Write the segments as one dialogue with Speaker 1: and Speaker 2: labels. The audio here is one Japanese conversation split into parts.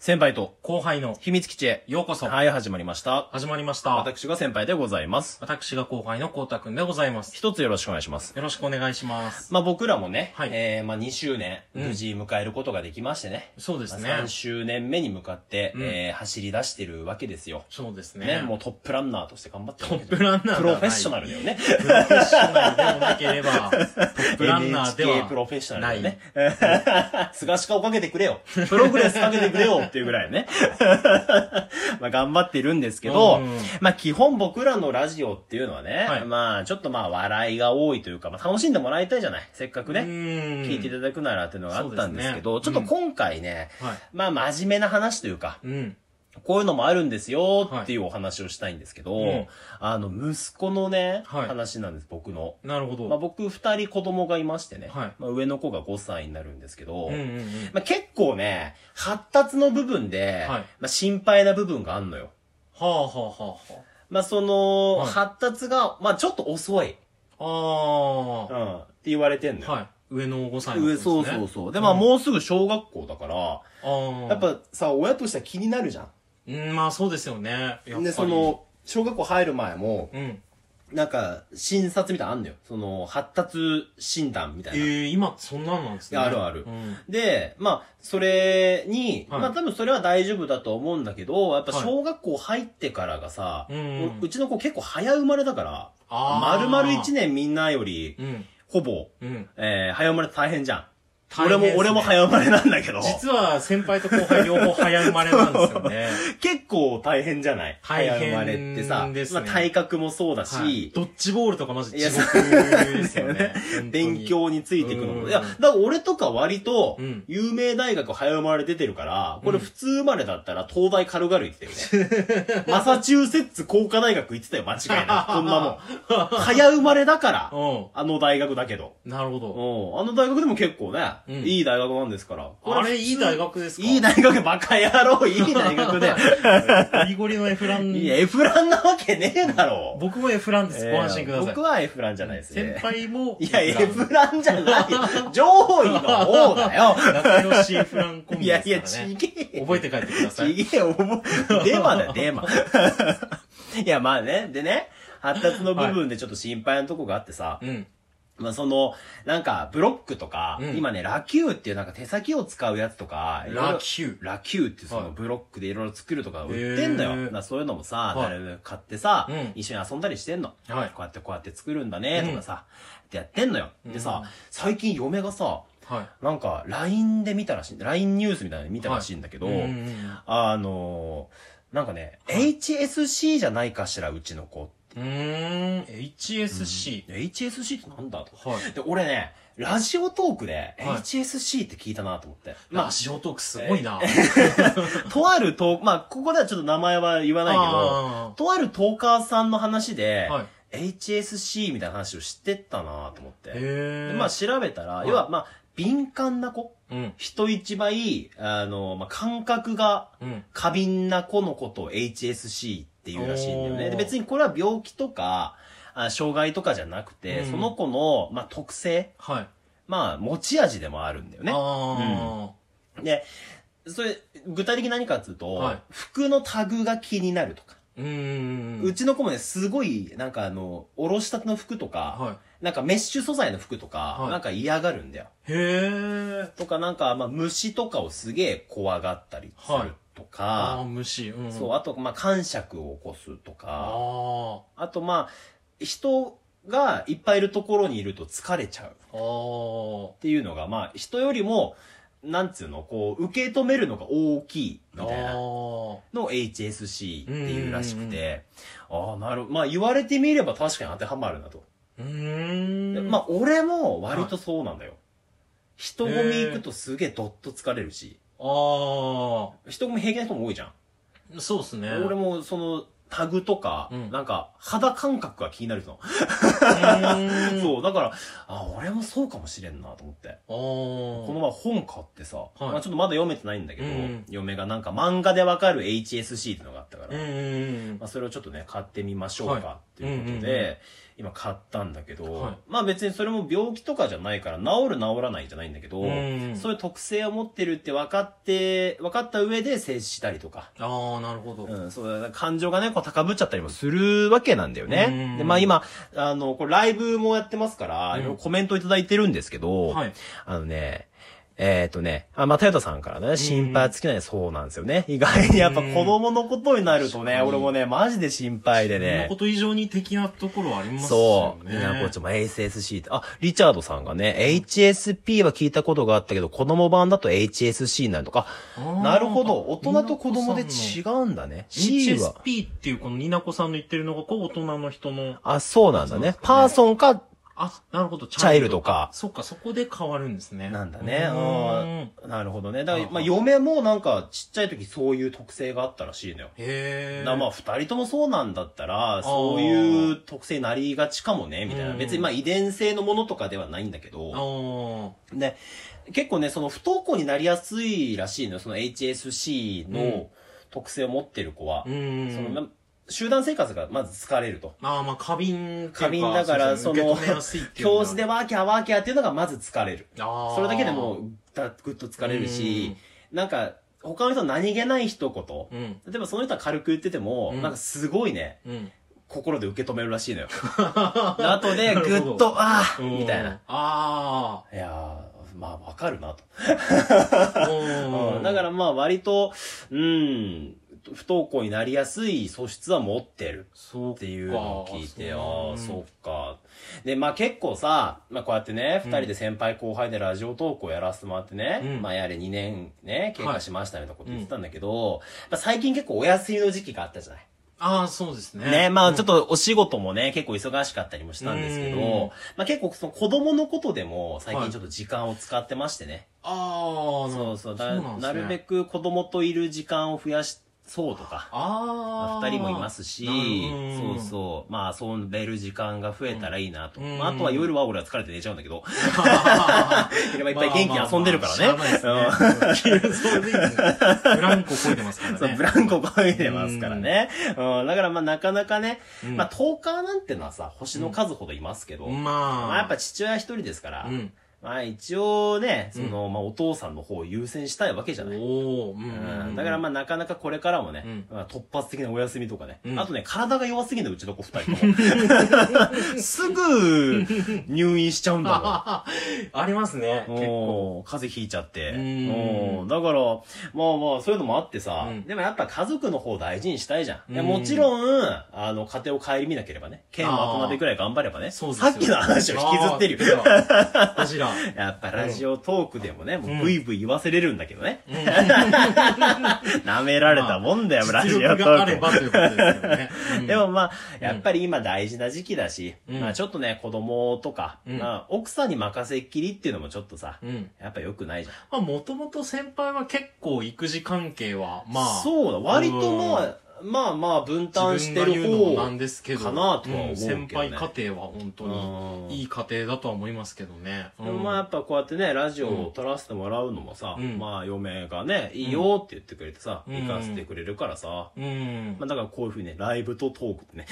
Speaker 1: 先輩と
Speaker 2: 後輩の
Speaker 1: 秘密基地へ。
Speaker 2: ようこそ、
Speaker 1: はい、始まりました。
Speaker 2: 始まりました。
Speaker 1: 私が先輩でございます。
Speaker 2: 私が後輩のこうたくんでございます。
Speaker 1: 一つよろしくお願いします。
Speaker 2: よろしくお願いします。
Speaker 1: まあ僕らもね、
Speaker 2: はい
Speaker 1: えー、まあ2周年、
Speaker 2: うん
Speaker 1: 無事迎えることができましてね。
Speaker 2: そうですね
Speaker 1: まあ3周年目に向かって、
Speaker 2: うん
Speaker 1: えー、走り出してるわけですよ。
Speaker 2: そうですね。
Speaker 1: ね、もうトップランナーとして頑張ってる
Speaker 2: ト
Speaker 1: わけじ
Speaker 2: ッ
Speaker 1: ゃん
Speaker 2: プランナーではない
Speaker 1: プロフェッショナルだよね。
Speaker 2: プロフェッショナルでもなければ、トップランナーで
Speaker 1: NHK プロ
Speaker 2: は
Speaker 1: フェッショナルだよね。 菅氏化をかけてく れよ。プログレスかけてくれよ っていうぐらいね。まあ頑張ってるんですけど
Speaker 2: うん、
Speaker 1: まあ基本僕らのラジオっていうのはね、
Speaker 2: はい
Speaker 1: まあちょっとまあ笑いが多いというか、まあ楽しんでもらいたいじゃない。せっかく
Speaker 2: う
Speaker 1: ね、
Speaker 2: ーん
Speaker 1: 聞いていただくならっていうのがあったんですけど、
Speaker 2: そ
Speaker 1: ちょ
Speaker 2: う
Speaker 1: っ
Speaker 2: です
Speaker 1: と
Speaker 2: ね
Speaker 1: 今回ね、
Speaker 2: はい。
Speaker 1: まあ真面目な話というか、
Speaker 2: うん。
Speaker 1: こういうのもあるんですよっていうお話をしたいんですけど、
Speaker 2: うん
Speaker 1: あの息子のね、
Speaker 2: はい
Speaker 1: 話なんです、僕の。
Speaker 2: なるほど。
Speaker 1: まあ、僕二人子供がいましてね、
Speaker 2: はい
Speaker 1: まあ、上の子が5歳になるんですけど、
Speaker 2: うんうんうん。
Speaker 1: まあ、結構ね、発達の部分で、
Speaker 2: はい
Speaker 1: まあ、心配な部分があんのよ。
Speaker 2: はあはあは
Speaker 1: まあ、その、
Speaker 2: はい
Speaker 1: 発達が、まあ、ちょっと遅い、
Speaker 2: あはあ。
Speaker 1: う
Speaker 2: あ
Speaker 1: ん、って言われてんの
Speaker 2: あ。
Speaker 1: よ。
Speaker 2: はい。上の5歳の子
Speaker 1: 上
Speaker 2: ですね。
Speaker 1: そうそうそう。で、まあ、
Speaker 2: うん
Speaker 1: もうすぐ小学校だから、
Speaker 2: ああ。
Speaker 1: やっ、ぱさ、親としては気になるじゃ
Speaker 2: うん、まあそうですよね。やっ
Speaker 1: ん。
Speaker 2: ぱり
Speaker 1: で、そ、の、小学校入る前も、
Speaker 2: うん。
Speaker 1: なんか、診察みたいなのあんのよ。その、発達診断みたい
Speaker 2: ええ
Speaker 1: な。
Speaker 2: ー、今、そんなんなんですね。
Speaker 1: いやあるある
Speaker 2: うん。
Speaker 1: で、まあ、それに、
Speaker 2: はい
Speaker 1: まあ多分それは大丈夫だと思うんだけど、やっぱ
Speaker 2: はい
Speaker 1: 小学校入ってからがさ、
Speaker 2: うんうん
Speaker 1: うちの子結構早生まれだから、
Speaker 2: あ
Speaker 1: 丸
Speaker 2: あ。
Speaker 1: 々一年みんなより、
Speaker 2: うん。
Speaker 1: ほぼ、
Speaker 2: うん。
Speaker 1: えー、早生まれ大変じゃん。
Speaker 2: 大
Speaker 1: 俺
Speaker 2: 変
Speaker 1: も
Speaker 2: で、すね
Speaker 1: 俺も早生まれなんだけど。
Speaker 2: 実は先輩と後輩両方早生まれなんですよね。
Speaker 1: 結構大変じゃない
Speaker 2: 大変
Speaker 1: 早生まれってさ、
Speaker 2: です
Speaker 1: ま
Speaker 2: ね
Speaker 1: あ体格もそう だし、
Speaker 2: はいドッジボールとかマジ地獄ですよね。本当に
Speaker 1: 勉。強についていくの
Speaker 2: う
Speaker 1: も。
Speaker 2: ん
Speaker 1: いや、だから俺とか割と
Speaker 2: うん、
Speaker 1: 有名大学早生まれ出てるから、これ普通生まれだったら東大軽々行ってたよ ね。マサチューセッツ工科大学行ってたよ、間違いない。こんなもん。早生まれだから、
Speaker 2: う
Speaker 1: あの大学だけど。
Speaker 2: ん。なるほ
Speaker 1: うん。
Speaker 2: ど。
Speaker 1: あの大学でも結構ね、
Speaker 2: うん
Speaker 1: いい大学なんですから。
Speaker 2: あれ、いい大
Speaker 1: 学
Speaker 2: 学ですか
Speaker 1: いい大学バカ野郎、いい大学 で。
Speaker 2: ゴリゴリの F ラン。
Speaker 1: いや、エフランなわけねえだろ。
Speaker 2: 僕も F ランです。ご安心ください
Speaker 1: 僕。はエフランじゃないです
Speaker 2: 先
Speaker 1: ね。
Speaker 2: 輩も。
Speaker 1: いや、エ
Speaker 2: フラン
Speaker 1: フランじゃないよ。上位の方だよ。
Speaker 2: 仲良し F ランコン
Speaker 1: い
Speaker 2: ビ
Speaker 1: や
Speaker 2: で
Speaker 1: いや、
Speaker 2: すから
Speaker 1: ち
Speaker 2: ね。
Speaker 1: げえよ。
Speaker 2: 覚えて帰ってください。
Speaker 1: ちげえよ、覚え、デ マだよ、デマ。 いや、まあね、でね、発達の部分でちょっと心配なとこがあってさ、
Speaker 2: うん。
Speaker 1: まあその、なんか、ブロックとか、
Speaker 2: うん
Speaker 1: 今ね、ラキューっていうなんか手先を使うやつとか、いろいろ
Speaker 2: ラキュー。
Speaker 1: ラキューってそ
Speaker 2: は
Speaker 1: の
Speaker 2: い
Speaker 1: ブロックでいろいろ作るとか売ってんだよ。
Speaker 2: へー
Speaker 1: だからそういうのもさ、
Speaker 2: はい
Speaker 1: 誰も買ってさ、
Speaker 2: うん
Speaker 1: 一緒に遊んだりしてんの。
Speaker 2: はい
Speaker 1: こうやってこうやって作るんだね、とかさ、ってやってんのよ。でさ、最近嫁がさ、
Speaker 2: はい。
Speaker 1: なんか LINE で見たらしい、LINE ニュースみたいなの見たらしいんだけど、
Speaker 2: うんうんうん
Speaker 1: あのー、なんかね、HSC じゃないかしら、うちの子。
Speaker 2: うーん、HSC。
Speaker 1: HSC ってなんだと。
Speaker 2: はい。
Speaker 1: で、俺ね、ラジオトークで
Speaker 2: はい
Speaker 1: HSC って聞いたなと思って。ま
Speaker 2: まあ、
Speaker 1: あ、
Speaker 2: ショートークすごいな。
Speaker 1: とあるトーク、まあ、ここではちょっと名前は言わないけど、
Speaker 2: あ
Speaker 1: とあるトーカーさんの話で、
Speaker 2: ーはい。
Speaker 1: HSC みたいな話を知ってったなと思って。
Speaker 2: へ
Speaker 1: で
Speaker 2: え。
Speaker 1: まあ、調べたら、
Speaker 2: はい
Speaker 1: 要はまあ、敏感な子
Speaker 2: うん。
Speaker 1: 人一倍、あの、まあ、感覚が
Speaker 2: うん。
Speaker 1: 過敏な子のことを HSC っていうらしいんだよ
Speaker 2: お
Speaker 1: ね。
Speaker 2: ー
Speaker 1: で別にこれは病気とか、あ障害とかじゃなくて、
Speaker 2: うん
Speaker 1: その子の、まあ、特性、
Speaker 2: はい。
Speaker 1: まあ、持ち味でもあるんだよね。
Speaker 2: あ
Speaker 1: で、それ、具体的に何かっていうと、
Speaker 2: はい
Speaker 1: 服のタグが気になるとか。
Speaker 2: あ。うーん。
Speaker 1: うちの子もね、すごい、なんかあの、おろしたての服とか、
Speaker 2: は
Speaker 1: なんかメッシュ素材の服とか、
Speaker 2: はい
Speaker 1: なんか嫌がるんだよ。
Speaker 2: い。へえ。
Speaker 1: とか、なんか、まあ、虫とかをすげえ怖がったりするとか、
Speaker 2: ああ、虫。うん。
Speaker 1: そう、
Speaker 2: あ
Speaker 1: あと、まあ、感触を起こすとか、
Speaker 2: あ。
Speaker 1: あと、まあ、人がいっぱいいるところにいると疲れちゃうっ
Speaker 2: ああ。
Speaker 1: ていうのが、まあ、人よりも、なんつうの、こう、受け止めるのが大きいみたい
Speaker 2: あ
Speaker 1: な
Speaker 2: ー
Speaker 1: のを HSC っていうらしくて、ああ、なる、まあ、言われてみれば確かに当てはまるなと。
Speaker 2: うーん。
Speaker 1: まあ、俺も割とそうなんだよ。人混み行くとすげえどっと疲れるし、
Speaker 2: ああ。
Speaker 1: 人混み平気な人も多いじゃん。
Speaker 2: そうですね。
Speaker 1: 俺
Speaker 2: も。
Speaker 1: もその、タグとか、
Speaker 2: うん
Speaker 1: なんか、肌感覚が気になるの。
Speaker 2: そ う。
Speaker 1: そう、だから、あ、俺もそうかもしれんなと思って。
Speaker 2: あー
Speaker 1: この前本買ってさ、
Speaker 2: い
Speaker 1: まあちょっとまだ読めてないんだけど、
Speaker 2: うん
Speaker 1: 嫁がなんか漫画でわかる HSC ってのがあったから、
Speaker 2: うんうんうん。
Speaker 1: まあそれをちょっとね、買ってみましょう
Speaker 2: は
Speaker 1: かっていうことで、今買ったんだけど、
Speaker 2: はい
Speaker 1: まあ別にそれも病気とかじゃないから、治る治らないじゃないんだけど、
Speaker 2: うん
Speaker 1: そういう特性を持ってるって分かって、分かった上で接したりとか、
Speaker 2: ああ、なるほど。
Speaker 1: うん、そうだ、感情がね、こう高ぶっちゃったりもするわけなんだよ
Speaker 2: う
Speaker 1: ね
Speaker 2: ん。
Speaker 1: で、まあ今、あの、これライブもやってますから、
Speaker 2: うん
Speaker 1: コメントいただいてるんですけど、
Speaker 2: はい。
Speaker 1: あのね、えっ、とね、あ、まあ、トヨタさんからね、心配は尽きない、そうなんですよね。意外にやっぱ子供のことになるとね、
Speaker 2: うん
Speaker 1: 俺もね、マジで心配で
Speaker 2: そんな
Speaker 1: ね
Speaker 2: こ。と以上に的なところありますよ
Speaker 1: そ
Speaker 2: ね。
Speaker 1: う。みなこちゃんも HSC って、あ、リチャードさんがね、HSP は聞いたことがあったけど、子供版だと HSC になるとか、
Speaker 2: あー
Speaker 1: なるほど、大人と子供で違うんだね。C は。
Speaker 2: HSP っていうこのニナコさんの言ってるのが、こう大人の人の、
Speaker 1: あ、そうなんだ
Speaker 2: そうなんで
Speaker 1: ね
Speaker 2: すね。
Speaker 1: パーソンか、
Speaker 2: あ、なるほど、チ
Speaker 1: ャイルドか
Speaker 2: そっか、そこで変わるんですね。
Speaker 1: なんだね。
Speaker 2: うーん。
Speaker 1: うん。なるほどね。だから、まあ、
Speaker 2: うん
Speaker 1: 嫁もなんか、ちっちゃい時そういう特性があったらしいのよ。
Speaker 2: へえ。
Speaker 1: なまあ、二人ともそうなんだったら、そういう特性になりがちかもね、みたいな。
Speaker 2: うん
Speaker 1: 別にまあ、遺伝性のものとかではないんだけ
Speaker 2: あ
Speaker 1: ど、
Speaker 2: ー
Speaker 1: ね、結構ね、その不登校になりやすいらしいのよ。その HSC
Speaker 2: うん
Speaker 1: の特性を持ってる子は
Speaker 2: う。ーん。
Speaker 1: そのまあ集団生活がまず疲れると。
Speaker 2: ああ、まあ、過敏っていうか。
Speaker 1: 過敏だから、そ
Speaker 2: そうですね
Speaker 1: の
Speaker 2: 受け止めやすいって、いうのが
Speaker 1: 教室でワーキャーワーキャーっていうのがまず疲れる。
Speaker 2: あー
Speaker 1: それだけでもう、だぐっと疲れるし、なんか、他の人の何気ない一
Speaker 2: う
Speaker 1: 言。
Speaker 2: ん。
Speaker 1: 例えばその人は軽く言ってても、
Speaker 2: うん
Speaker 1: なんかすごいね、
Speaker 2: うん。
Speaker 1: 心で受け止めるらしいの よ。で後で、ぐっと、ああ
Speaker 2: うん
Speaker 1: みたいな。。
Speaker 2: あ
Speaker 1: いやー、まあわかるなと。
Speaker 2: あ。
Speaker 1: う
Speaker 2: うんん
Speaker 1: だからまあ割と、うん、不登校になりやすい素質は持ってる。
Speaker 2: そう
Speaker 1: っていうのを聞いて、ああー、
Speaker 2: う
Speaker 1: そっか。で、まあ結構さ、まあこうやってね、二人で先輩後輩でラジオ投稿やらせてもらってね、
Speaker 2: うん
Speaker 1: まあやれ2年ね、経過しましたみたいなこと言ってたんだけど、まあ最近結構お休みの時期があったじゃない。
Speaker 2: ああ、そうですね。
Speaker 1: ね、まあちょっ
Speaker 2: っ
Speaker 1: とお仕事もね、結構忙しかったりもしたんですけど、
Speaker 2: うん
Speaker 1: まあ結構その子供のことでも最
Speaker 2: は
Speaker 1: 近
Speaker 2: い
Speaker 1: ちょっと時間を使ってましてね。
Speaker 2: と。ああ、
Speaker 1: そうそうだ
Speaker 2: な
Speaker 1: なん
Speaker 2: ですね
Speaker 1: るべく子供といる時間を増やし、そうとか。
Speaker 2: ああ。
Speaker 1: 二人もいますし、
Speaker 2: なる
Speaker 1: そうそう。まあ、遊べる時間が増えたらいいなと。
Speaker 2: うん
Speaker 1: まあ、あとは夜は俺は疲れて寝ちゃうんだけど、 昼間いっぱい
Speaker 2: まあ
Speaker 1: 元気に遊んでるからね。
Speaker 2: まあまあしゃあないですねそれでいいですねブランコこいてますからね。
Speaker 1: そう、ブランコこいでますからね。うん、だからまあ、なかなかね、
Speaker 2: うん
Speaker 1: まあ、トーカーなんてのはさ、星の数ほどいますけど、ま
Speaker 2: まあ。
Speaker 1: あ、やっぱ父親一人ですから、
Speaker 2: うん。
Speaker 1: まあ、一応ね、その、まあ、お父さんの方を優先したいわけじゃない。
Speaker 2: おお。う
Speaker 1: うんだからまあなかなかこれからもね、まあ突発的なお休みとかね、
Speaker 2: うん
Speaker 1: あとね、体が弱すぎるの、うちの子二人と も。すぐ入院しちゃうんだもん。
Speaker 2: あありますね。 結構。
Speaker 1: おー風邪ひいちゃって。
Speaker 2: うん
Speaker 1: おーだから、まあまあ、そういうのもあってさ、
Speaker 2: うん
Speaker 1: でもやっぱ家族の方を大事にしたいじゃん。いや
Speaker 2: うん
Speaker 1: もちろん、あの、家庭を顧みなければね、県渡辺くらい頑張ればね、
Speaker 2: そうです
Speaker 1: さ
Speaker 2: よ
Speaker 1: っきの話を引きずってるよ。
Speaker 2: あーこちら。
Speaker 1: やっぱラジオトークでもね、も
Speaker 2: ん
Speaker 1: うブイブイ言わせれるんだけどね。 舐められたもんだよ、ラジ
Speaker 2: 実
Speaker 1: オト
Speaker 2: 力があれ
Speaker 1: ーク
Speaker 2: ばということですよね。うん
Speaker 1: でもまあ、やっぱり今大事な時期だし、
Speaker 2: うん
Speaker 1: まあちょっとね、子供とか、
Speaker 2: うん
Speaker 1: まあ奥さんに任せっきりっていうのもちょっとさ、
Speaker 2: うん。
Speaker 1: やっぱ良くないじゃん。
Speaker 2: まあ、もともと先輩は結構育児関係は、まあ、
Speaker 1: そうだ、割とまあ、まあまあ分担し
Speaker 2: 自分
Speaker 1: て
Speaker 2: が
Speaker 1: る
Speaker 2: 言うのもな
Speaker 1: 方
Speaker 2: ん。ですけど、
Speaker 1: かなとは思うけどね
Speaker 2: ん先輩家庭は本当
Speaker 1: うん
Speaker 2: にいい家庭だとは思いますけどね。
Speaker 1: でもまあやっぱこうやってね、ラジオを撮らせてもらうのもさ、
Speaker 2: うん
Speaker 1: まあ嫁がね、いいよって言ってくれてさ、
Speaker 2: うん
Speaker 1: 行かせてくれるからさ、
Speaker 2: うん
Speaker 1: ま。あだからこういうふうにね、ライブとトークってね、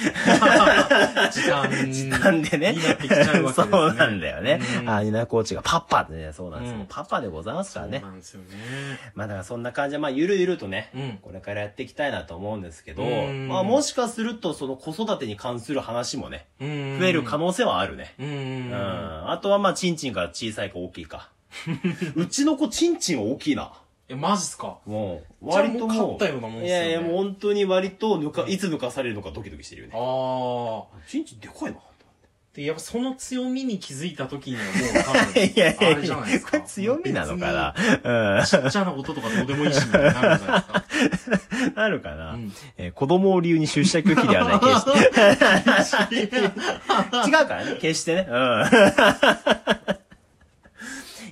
Speaker 2: 時間。時
Speaker 1: なんでね。
Speaker 2: になってきちゃうわけですね。
Speaker 1: そうなんだよね。
Speaker 2: うん
Speaker 1: あ、ニナコーチがパパでね、そうなんですよ。
Speaker 2: うん
Speaker 1: パパでございますからね
Speaker 2: そう。なんですよね。
Speaker 1: まあだからそんな感じで、まあゆるゆるとね、
Speaker 2: うん
Speaker 1: これからやっていきたいなと思うんですけど、
Speaker 2: うん
Speaker 1: まあもしかするとその子育てに関する話もね、
Speaker 2: うん。
Speaker 1: 増える可能性はあるね。
Speaker 2: うん。
Speaker 1: う
Speaker 2: うん
Speaker 1: ん。あとはまあチンチンから小さいか大きい か。うちの子チンチンは大きいな。
Speaker 2: え、マジっすか
Speaker 1: もう、割と
Speaker 2: じゃ
Speaker 1: も
Speaker 2: あもう勝っ
Speaker 1: う。
Speaker 2: たようなもんですよね
Speaker 1: いやいや、もう本当に割と抜か、いつ抜かされるのかドキドキしてるよね。
Speaker 2: ああ。
Speaker 1: チンチンでかいな。
Speaker 2: で、やっぱその強みに気づいた時にはもう 多分、
Speaker 1: いやい
Speaker 2: あ
Speaker 1: や
Speaker 2: れ
Speaker 1: い
Speaker 2: じゃ
Speaker 1: や
Speaker 2: ないです、か。
Speaker 1: これ強みなのかなうん。
Speaker 2: ちっちゃなこととかどうでもいいし、みたいになるじゃないで すか。
Speaker 1: あるかな、
Speaker 2: うん
Speaker 1: えー子供を理由に出社拒否で はない、決して。違うからね、決してね。うん。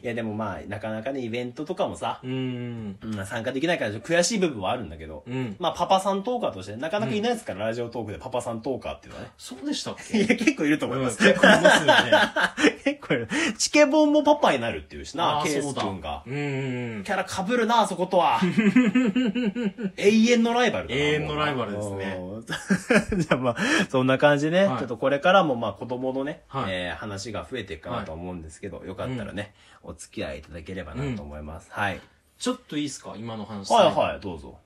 Speaker 1: いや、でもまあ、なかなかね、イベントとかもさ、
Speaker 2: うん。
Speaker 1: うん参加できないから、悔しい部分はあるんだけど、
Speaker 2: うん。
Speaker 1: まあ、パパさんトーカーとして、なかなかいないですから、ラジオトークでパパさんトーカーっていうのはね。
Speaker 2: そうでしたっけ
Speaker 1: いや、結構いると思い
Speaker 2: うん
Speaker 1: ます。
Speaker 2: 結構いますよね。
Speaker 1: 結ね、これ、チケボンもパパになるっていうしな
Speaker 2: あ、ー
Speaker 1: ケイス
Speaker 2: そうだ
Speaker 1: 君が。
Speaker 2: うんうんうん。
Speaker 1: キャラ被るな、あそこと は。永遠のライバルだな
Speaker 2: 永遠のライバルですね。
Speaker 1: もう じゃあまあ、そんな感じでね、
Speaker 2: はい
Speaker 1: ちょっとこれからもまあ子供のね、
Speaker 2: はい
Speaker 1: えー話が増えていくかなと思うんですけど、よかったらね、お付き合いいただければなと思います。はい。
Speaker 2: ちょっといいですか今の話。
Speaker 1: はいはい、どうぞ。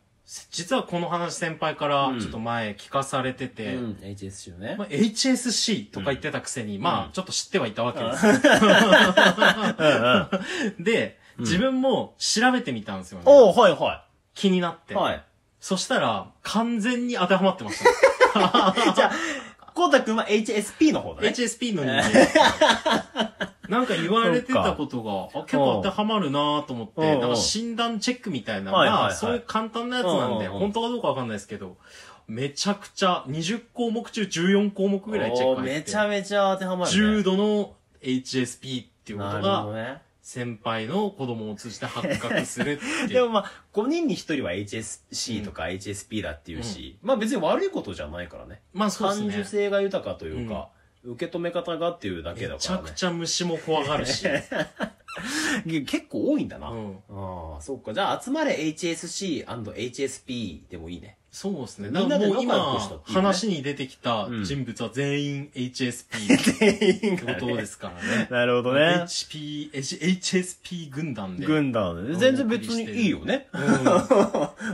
Speaker 2: 実はこの話先輩からちょっと前聞かされて
Speaker 1: う
Speaker 2: て、
Speaker 1: ん、HSU ね
Speaker 2: ま。あ、HSC とか言ってたくせに、まあ、ちょっと知ってはいたわけですよ。 で、自分も調べてみたんですよね。
Speaker 1: おーはいは
Speaker 2: 気になっ
Speaker 1: い。
Speaker 2: て。
Speaker 1: はい。
Speaker 2: そしたら、完全に当てはまってました。
Speaker 1: じゃあ、コウタ君は HSP の方だね。
Speaker 2: HSP の人間。なんか言われてたことが、あ結構当てはまるなと思っ
Speaker 1: うんう
Speaker 2: て、
Speaker 1: ん
Speaker 2: なんか診断チェックみたいな、
Speaker 1: はいはいはい
Speaker 2: まあそういう簡単なやつなんで、
Speaker 1: うんうんうん
Speaker 2: 本当かどうかわかんないですけど、めちゃくちゃ、20項目中14項目ぐらいチェッ
Speaker 1: お
Speaker 2: ク
Speaker 1: ー
Speaker 2: 入
Speaker 1: め
Speaker 2: って
Speaker 1: ちゃめちゃ当てはまる、ね。
Speaker 2: 重度の HSP っていうこ
Speaker 1: な
Speaker 2: と
Speaker 1: るほど
Speaker 2: が、
Speaker 1: ね。
Speaker 2: 先輩の子供を通じて発覚するってい
Speaker 1: で
Speaker 2: う。
Speaker 1: もまあ、5人に1人は HSC とか HSP だっていうし、まあ別に悪いことじゃないからね。
Speaker 2: まあそう
Speaker 1: 感
Speaker 2: で
Speaker 1: 受
Speaker 2: すね。
Speaker 1: 性が豊かというか、受け止め方がっていうだけだ
Speaker 2: めち
Speaker 1: か
Speaker 2: ゃ
Speaker 1: ら
Speaker 2: く
Speaker 1: ね。
Speaker 2: ちゃ虫も怖がるし。
Speaker 1: 結構多いんだな。
Speaker 2: うん
Speaker 1: ああ、そっか。じゃあ、集まれ HSC&HSP でもいいね。
Speaker 2: そうですね。だ
Speaker 1: みん
Speaker 2: か
Speaker 1: な
Speaker 2: ら
Speaker 1: で
Speaker 2: もう
Speaker 1: 仲良
Speaker 2: 今
Speaker 1: くしたっていうね、
Speaker 2: 話に出てきた人物は全員 HSP って
Speaker 1: 全員
Speaker 2: ことですからね。
Speaker 1: なるほ
Speaker 2: HP、HSP 軍団で。
Speaker 1: 軍団ね。全然別にいいよね。
Speaker 2: う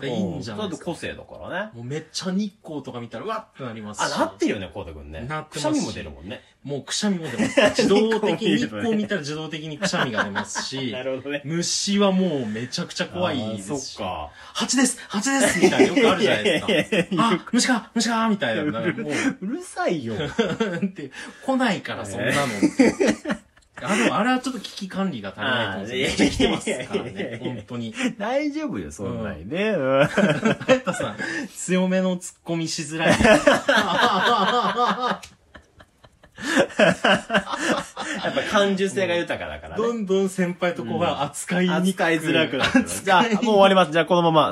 Speaker 2: ん。いいんじゃ
Speaker 1: だ
Speaker 2: ない
Speaker 1: っ
Speaker 2: で
Speaker 1: て
Speaker 2: すか
Speaker 1: 個。性だからね。
Speaker 2: もうめっちゃ日光とか見たら、わっってなります
Speaker 1: あ、
Speaker 2: し。
Speaker 1: なってるよね、コウタくんね。
Speaker 2: なって
Speaker 1: く
Speaker 2: ます
Speaker 1: しゃみも出るもんね。
Speaker 2: もうくしゃみも出ます。 自動的
Speaker 1: 日
Speaker 2: に、
Speaker 1: 光見
Speaker 2: 日
Speaker 1: るとね
Speaker 2: 光見たら自動的にくしゃみが出ま すし、
Speaker 1: るほどね。
Speaker 2: 虫はもうめちゃくちゃ怖いですし。
Speaker 1: そっか。
Speaker 2: 蜂です蜂ですみたいなよくあるじゃないで
Speaker 1: いや
Speaker 2: すか
Speaker 1: いやい。
Speaker 2: あ、虫か虫かみたいな。なんかもう、
Speaker 1: うるさいよ。
Speaker 2: って、来ないからそんなのって。あの、あれはちょっと危機管理が足りないと思うんですよ。めっちゃ来てますから
Speaker 1: いやいやいや
Speaker 2: ね
Speaker 1: い。や
Speaker 2: 本当に。
Speaker 1: 大丈夫よ、そんなんね。
Speaker 2: ペッタさん、強めの突っ込みしづらい。
Speaker 1: やっぱ感受性が豊かだからね
Speaker 2: ど。んどん先輩と後輩は扱いにく
Speaker 1: 扱いづらくなってます。じ
Speaker 2: 扱
Speaker 1: ゃあ、
Speaker 2: い
Speaker 1: もう終わります。じゃあ、このまま。